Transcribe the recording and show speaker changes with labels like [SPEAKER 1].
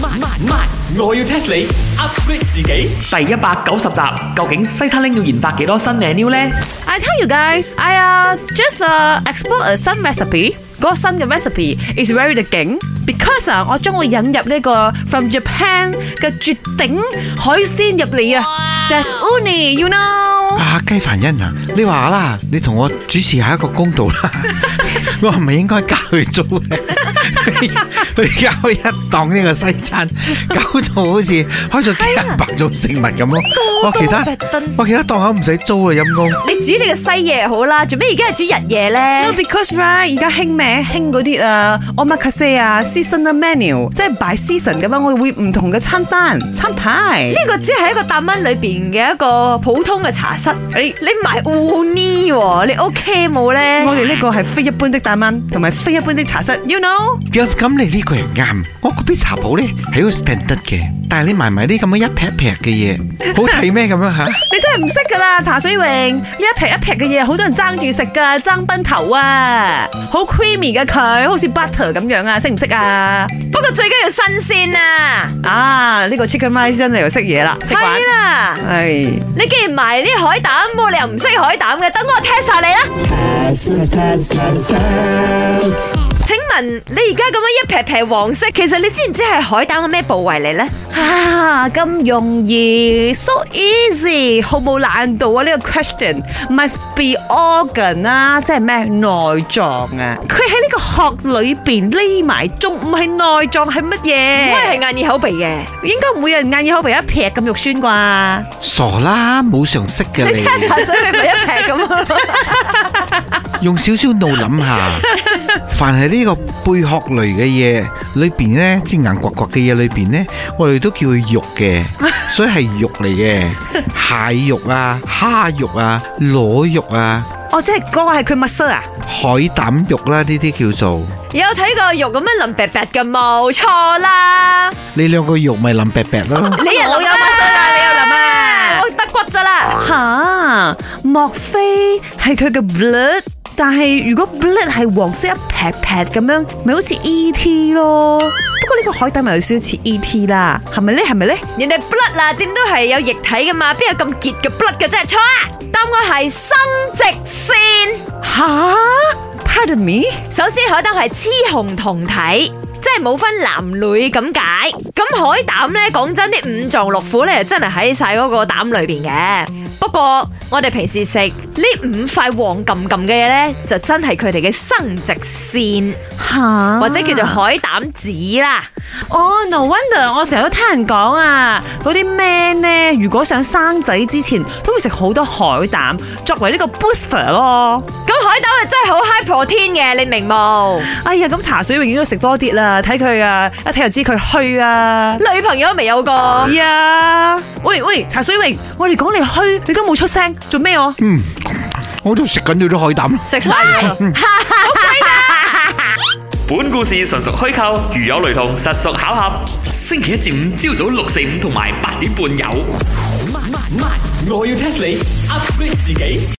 [SPEAKER 1] 慢慢慢，我要 test 你 upgrade 自己。
[SPEAKER 2] 第一百九十集，究竟西餐拎要研發幾多新 menu 咧？
[SPEAKER 3] I tell you guys, I uh, just uh, explore a 新 recipe。嗰個新嘅 recipe is very 嘅勁，because uh, 啊，我將會引入呢個 from Japan 嘅絕頂海鮮入嚟啊，that's uh, uni，you know。
[SPEAKER 4] 啊，雞凡欣啊，你話啦，你同我主持下一個公道啦， 我係咪應該加佢租咧？ 佢搞一檔呢個西餐，搞到好似開咗幾廿百種食物咁咯。我其他
[SPEAKER 3] 特登
[SPEAKER 4] 我其他檔口唔使租啦，陰公。
[SPEAKER 5] 你煮你嘅西嘢好啦，做咩而家係煮日嘢咧？
[SPEAKER 3] No, because right 而家興咩？興嗰啲啊，omakase uh, 啊，seasonal menu，即係 by season 咁樣，我會唔同嘅餐單、餐牌。
[SPEAKER 5] 呢個只係一個蛋蚊裏邊嘅一個普通嘅茶室。
[SPEAKER 3] 誒
[SPEAKER 5] 你埋 uni 喎，你 OK 冇咧？
[SPEAKER 3] 我哋呢個係非一般的大蚊，同埋非一般的茶室，you know？
[SPEAKER 4] 咁咁你呢個人啱，我嗰邊茶鋪咧係好 standard 嘅，但係你埋埋啲咁樣一劈劈嘅嘢，好睇咩咁樣吓？
[SPEAKER 3] 你真係唔識噶啦，茶水榮，呢一劈一劈嘅嘢，好多人爭住食噶，爭崩頭啊！好 creamy 嘅佢，好似 butter 咁樣啊，識唔識啊？
[SPEAKER 5] 不過最緊要新鮮啊！
[SPEAKER 3] 啊，呢、個 chicken rice 真係又識嘢啦，識玩
[SPEAKER 5] 係。啦，
[SPEAKER 3] 係。
[SPEAKER 5] 你既然埋呢海膽，冇理由唔識海膽嘅，等我 test 下你啦。請問你而家咁樣一撇撇黃色，其實你知唔知係海膽嘅咩部位嚟呢？
[SPEAKER 3] 啊，咁容易，so easy，好冇難度啊！呢、個 question must be organ 啊，即係咩內臟啊？佢喺呢個殼裏邊匿埋，仲唔係內臟係乜
[SPEAKER 5] 我係
[SPEAKER 3] 嘢？
[SPEAKER 5] 眼耳口鼻嘅，
[SPEAKER 3] 應該唔會有人眼耳口鼻一劈咁肉酸啩？
[SPEAKER 4] 傻啦，冇常識嘅
[SPEAKER 5] 你睇下
[SPEAKER 4] 你，
[SPEAKER 5] 茶水咪咪一撇咁咯。
[SPEAKER 4] 用少少腦諗下，凡係呢個貝殼類嘅嘢裏邊咧，即係硬掘掘嘅嘢裏邊咧，我哋都叫佢肉嘅，所以係肉嚟嘅，蟹肉啊、蝦肉啊、螺肉啊、
[SPEAKER 3] 哦，即係嗰個係佢 muscle 啊？
[SPEAKER 4] 海膽肉啦，呢啲叫做。
[SPEAKER 5] 有睇過肉咁樣淋白白嘅，冇錯啦。
[SPEAKER 4] 你兩個肉咪淋白白 咯。
[SPEAKER 5] 你又
[SPEAKER 3] 我有 muscle 啊，你又諗啊？
[SPEAKER 5] 我得骨咋啦。
[SPEAKER 3] 吓，莫非係佢嘅 blood？但係如果 blood 係黃色一撇撇咁樣，咪好似 E.T. 咯。不過呢個海膽咪有少少似 E.T. 啦，係咪咧？係咪咧？
[SPEAKER 5] 人哋 blood 啦，點都係有液體噶嘛，邊有咁結嘅 blood 嘅啫？錯啊！答案係生殖腺。
[SPEAKER 3] 吓，pardon me，
[SPEAKER 5] 首先海膽係雌雄同體。即係冇分男女咁解，咁海膽呢，講真啲五臟六腑呢，真係喺晒嗰個膽裏邊嘅。不過我哋平時食呢五塊黃冚冚嘅嘢呢，就真係佢哋嘅生殖腺，
[SPEAKER 3] 吓
[SPEAKER 5] 或者叫做海膽子啦。
[SPEAKER 3] 哦，no wonder，我成日都聽人講啊，嗰啲 man 咧，如果想生仔之前，都會食好多海膽作為呢個 booster 咯。
[SPEAKER 5] 咁海膽啊真係好 high protein 嘅，你明冇？
[SPEAKER 3] 哎呀，咁茶水永遠都食多啲啦，睇佢啊，一睇就知佢虛啊。哎
[SPEAKER 5] 女朋友都未有過。
[SPEAKER 3] 呀！喂喂，茶水榮，我哋講你虛，你都冇出聲，做咩我？
[SPEAKER 4] 我都食緊你啲海膽。
[SPEAKER 5] 食晒佢啦。
[SPEAKER 1] 本故事純屬虛構，如有雷同，實屬巧合。星期一至五朝早六四五同埋八點半有。慢慢慢，我要 test 你 upgrade 自己。